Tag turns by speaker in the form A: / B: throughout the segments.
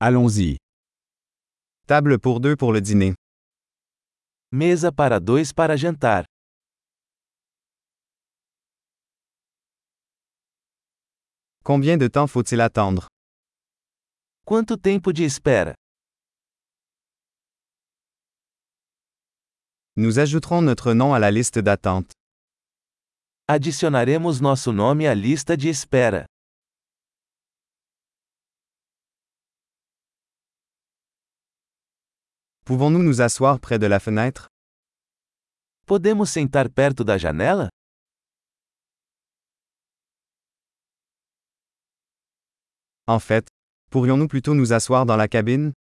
A: Allons-y.
B: Table pour deux pour le dîner.
C: Mesa para dois para jantar.
B: Combien de temps faut-il attendre?
C: Quanto tempo de espera?
B: Nous ajouterons notre nom à la liste d'attente.
C: Adicionaremos nosso nome à lista de espera.
B: Pouvons-nous nous asseoir près de la fenêtre?
C: Podemos sentar perto da janela?
B: En fait, pourrions-nous plutôt nous asseoir dans la cabine?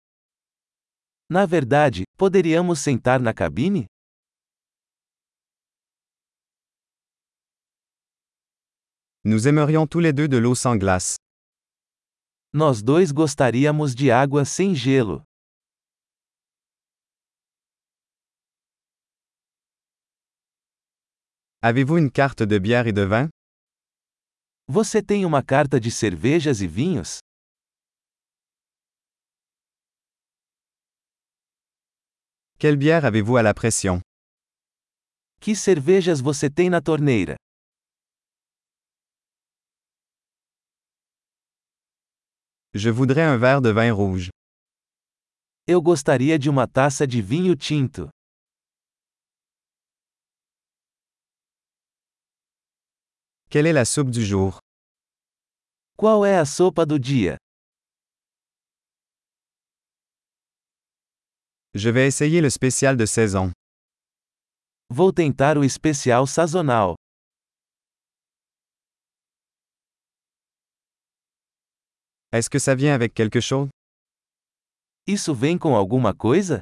C: Na verdade, poderíamos sentar na cabine?
B: Nous aimerions tous les deux de l'eau sans glace.
C: Nós dois gostaríamos de água sem gelo.
B: Avez-vous une carte de bière et de vin?
C: Você tem uma carta de cervejas e vinhos?
B: Quelle bière avez-vous à la pression?
C: Que cervejas você tem na torneira?
B: Je voudrais un verre de vin rouge.
C: Eu gostaria de uma taça de vinho tinto.
B: Quelle est la soupe du jour?
C: Qual é a sopa do dia?
B: Je vais essayer le spécial de saison.
C: Vou tentar o especial sazonal.
B: Est-ce que ça vient avec quelque chose?
C: Isso vem com alguma coisa?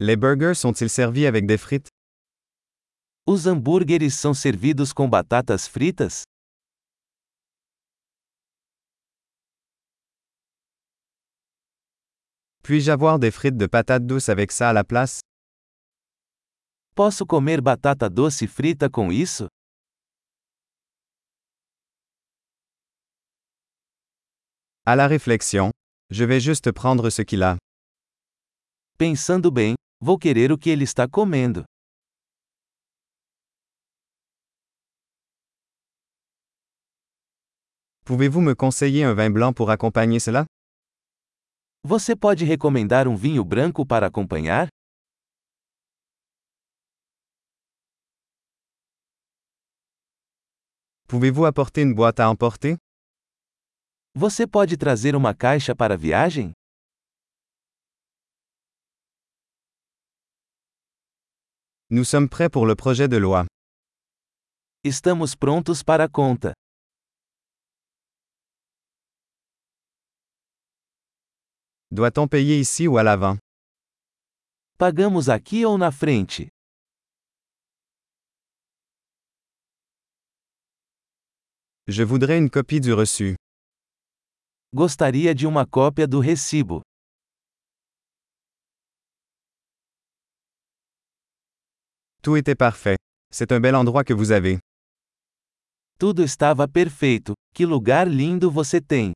B: Les burgers sont-ils servis avec des frites?
C: Os hambúrgueres são servidos com batatas fritas?
B: Puis-je avoir des frites de patates douces avec ça à la place?
C: Posso comer batata doce frita com isso?
B: À la réflexion, je vais juste prendre ce qu'il a.
C: Pensando bem, vou querer o que ele está comendo.
B: Pouvez-vous me conseiller un vin blanc pour accompagner cela?
C: Você pode recomendar um vinho branco para acompanhar?
B: Pouvez-vous apporter une boîte à emporter?
C: Você pode trazer uma caixa para a viagem?
B: Nous sommes prêts pour le projet de loi.
C: Estamos prontos para a conta.
B: Doit-on payer ici ou à l'avant?
C: Pagamos aqui ou na frente?
B: Je voudrais une copie du reçu.
C: Gostaria de uma cópia do recibo.
B: Tout était parfait. C'est un bel endroit que vous avez.
C: Tudo estava perfeito. Que lugar lindo você tem!